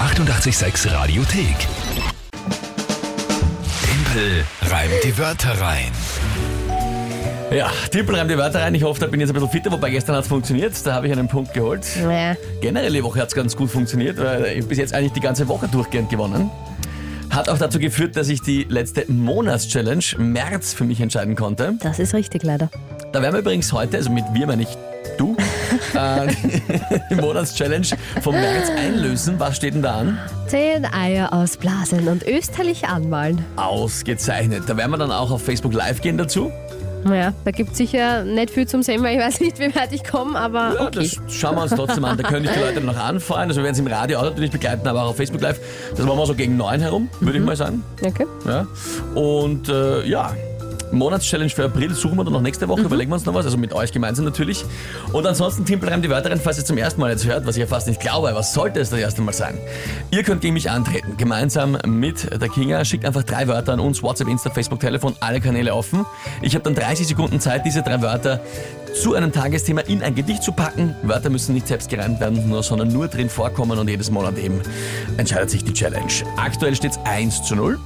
886 Radiothek. Tempel reimt die Wörter rein. Ja, Tippel reimt die Wörter rein. Ich hoffe, da bin ich jetzt ein bisschen fitter, wobei gestern hat es funktioniert. Da habe ich einen Punkt geholt. Naja. Generell die Woche hat es ganz gut funktioniert, weil ich bis jetzt eigentlich die ganze Woche durchgehend gewonnen. Hat auch dazu geführt, dass ich die letzte Monatschallenge März für mich entscheiden konnte. Das ist richtig, leider. Da werden wir übrigens heute, also mit wir meine ich du, äh, die Monatschallenge vom März einlösen. Was steht denn da an? Zehn Eier ausblasen und österlich anmalen. Ausgezeichnet. Da werden wir dann auch auf Facebook Live gehen dazu. Naja, da gibt es sicher nicht viel zum Sehen, weil ich weiß nicht, wie weit ich komme, aber Ja, okay. Das schauen wir uns trotzdem an. Da können ich die Leute noch anfallen. Also wir werden es im Radio auch natürlich begleiten, aber auch auf Facebook Live. Das machen wir so gegen neun herum, würde ich mal sagen. Okay. Ja. Und äh, ja. Monatschallenge für April suchen wir dann noch nächste Woche, überlegen wir uns noch was, also mit euch gemeinsam natürlich. Und ansonsten Timpel reimt die Wörter rein, falls ihr zum ersten Mal jetzt hört, was ich ja fast nicht glaube, was sollte es das erste Mal sein? Ihr könnt gegen mich antreten, gemeinsam mit der Kinga. Schickt einfach drei Wörter an uns, WhatsApp, Insta, Facebook, Telefon, alle Kanäle offen. Ich habe dann 30 Sekunden Zeit, diese drei Wörter zu einem Tagesthema in ein Gedicht zu packen. Wörter müssen nicht selbst gereimt werden, nur, sondern nur drin vorkommen und jedes Monat eben entscheidet sich die Challenge. Aktuell steht es 1 zu 0.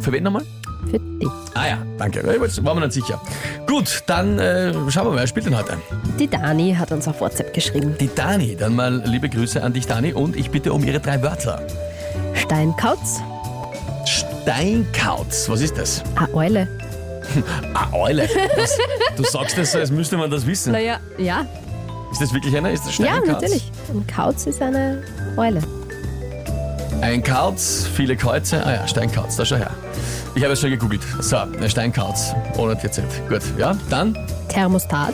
Für wen nochmal? Für dich. Ah ja, danke. Ich wollte- War mir nicht sicher. Gut, dann äh, schauen wir mal, wer spielt denn heute? Die Dani hat uns auf WhatsApp geschrieben. Die Dani. Dann mal liebe Grüße an dich, Dani. Und ich bitte um ihre drei Wörter. Steinkauz, Steinkauz. Was ist das? eine Eule. Ah, Eule. Das, du sagst das so, als müsste man das wissen. Naja, ja. Ist das wirklich einer? Ist das Ja, Steinkauz? natürlich. Und Kauz ist eine Eule. Ein Kauz, viele Kreuze. Ah ja, Steinkauz, da schau her. Ich habe es schon gegoogelt. So, eine Steinkauz. Ohne TZ. Gut, ja, dann Thermostat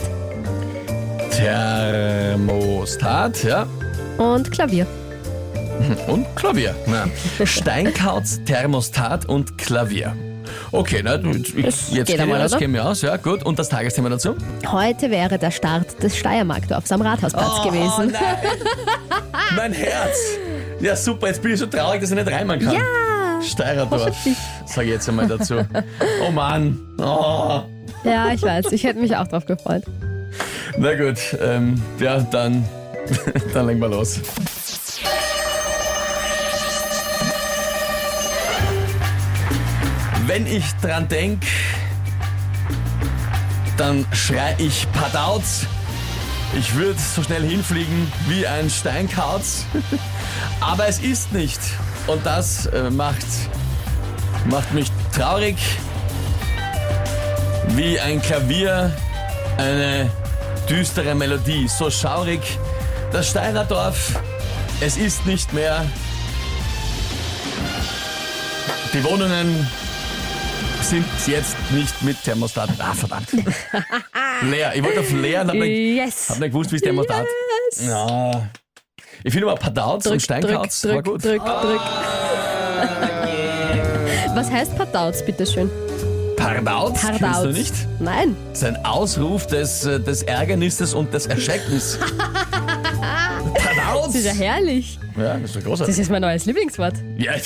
Thermostat, ja. und Klavier. Und Klavier. Na. Steinkauz, Thermostat und Klavier. Okay, na, du- ich, Das jetzt Hm, geht kenne ich einmal, aus, oder? kenne ich aus, ja, gut. Und das Tagesthema dazu? Heute wäre der Start des Steiermarkdorfs am Rathausplatz Oh, gewesen. nein. mein Herz. Ja, super, jetzt bin ich so traurig, dass ich nicht reinmachen kann. Ja. Steirerdorf, sage ich jetzt einmal dazu. Oh Mann. Oh. Ja, ich weiß. Ich hätte mich auch drauf gefreut. Na gut, ähm, ja, dann, dann legen wir los. Wenn ich dran denk, dann schrei ich Padauz. Ich würde so schnell hinfliegen wie ein Steinkauz. Aber es ist nicht. Und das äh, macht, macht mich traurig. Wie ein Klavier eine düstere Melodie, so schaurig. Das Steiner Dorf, es ist nicht mehr. Die Wohnungen sind jetzt nicht mit Thermostat. Ah, verdammt. leer. Ich wollte auf leer und hab nicht, hab Yes. nicht gewusst, wie es Thermostat. Ja. Ich finde aber Padauz und Drück, drück, Steinkauz war drück, gut. drück, drück. Was heißt Pardauz, bitteschön? Pardauz, kennst du Pardauz. nicht? Nein. Sein Ausruf des, äh, des Ärgernisses und des Erschreckens. Padauz! Das ist ja herrlich. Ja, das ist doch Das großartig. ist mein neues Lieblingswort. Ja, ihr,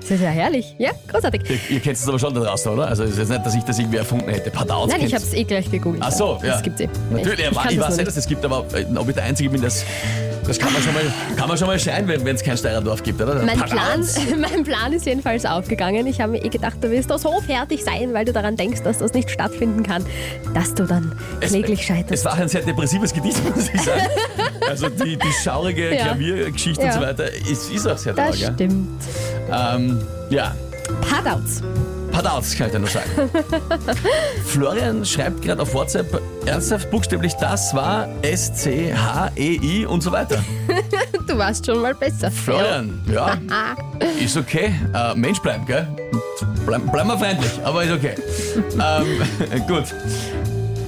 Das ist ja herrlich. Ja, großartig. ihr kennt es aber schon da draußen, oder? Also es ist jetzt nicht, dass ich das irgendwie erfunden hätte. Padauz Nein, ich kennt's. habe es eh gleich gegoogelt. Ach so, ja. Das gibt's eh. Natürlich, ich, ich kann ich weiß das nur nicht, dass es gibt, aber äh, ob ich der Einzige bin, das, das kann, man schon mal, kann man schon mal schreien, wenn es kein Steirerdorf gibt, oder? Mein Plan, Padauz. mein Plan ist jedenfalls aufgegangen. Ich habe mir eh gedacht, du wirst doch so fertig sein, weil du daran denkst, dass das nicht stattfinden kann, dass du dann kläglich Es scheiterst. war ein sehr depressives Gedicht, muss ich sagen. Also die, die schaurige Ja. Klaviergeschichte Ja. und so weiter, es ist auch sehr Das traurig. ja. stimmt. Ähm, ja, Padauz. Padauz kann ich dir nur sagen. Florian schreibt gerade auf WhatsApp ernsthaft buchstäblich, das war S-C-H-E-I E und so weiter. Du warst schon mal besser. Ah, Florian, ja, ist okay. Äh, Mensch bleiben, gell? Bleib, bleiben wir freundlich, aber ist okay. ähm, gut.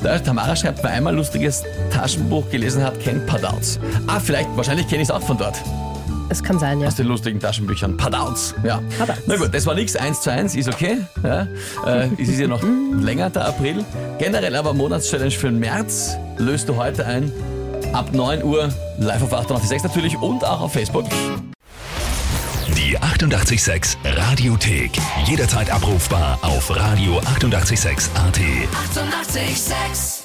Da Tamara schreibt, wer einmal lustiges Taschenbuch gelesen hat, kennt Padauz. Ah, vielleicht, wahrscheinlich kenne ich es auch von dort, Das kann sein, ja. aus den lustigen Taschenbüchern. Padauz, ja. Padauz. Na gut, das war nix, 1 zu 1, ist okay. Ja. Äh, es ist ja noch länger, der April. Generell aber Monatschallenge für den März löst du heute ein. Ab 9 Uhr, live auf 886 natürlich und auch auf Facebook. Die 886 Radiothek. Jederzeit abrufbar auf radio886.at. 886! 886. 886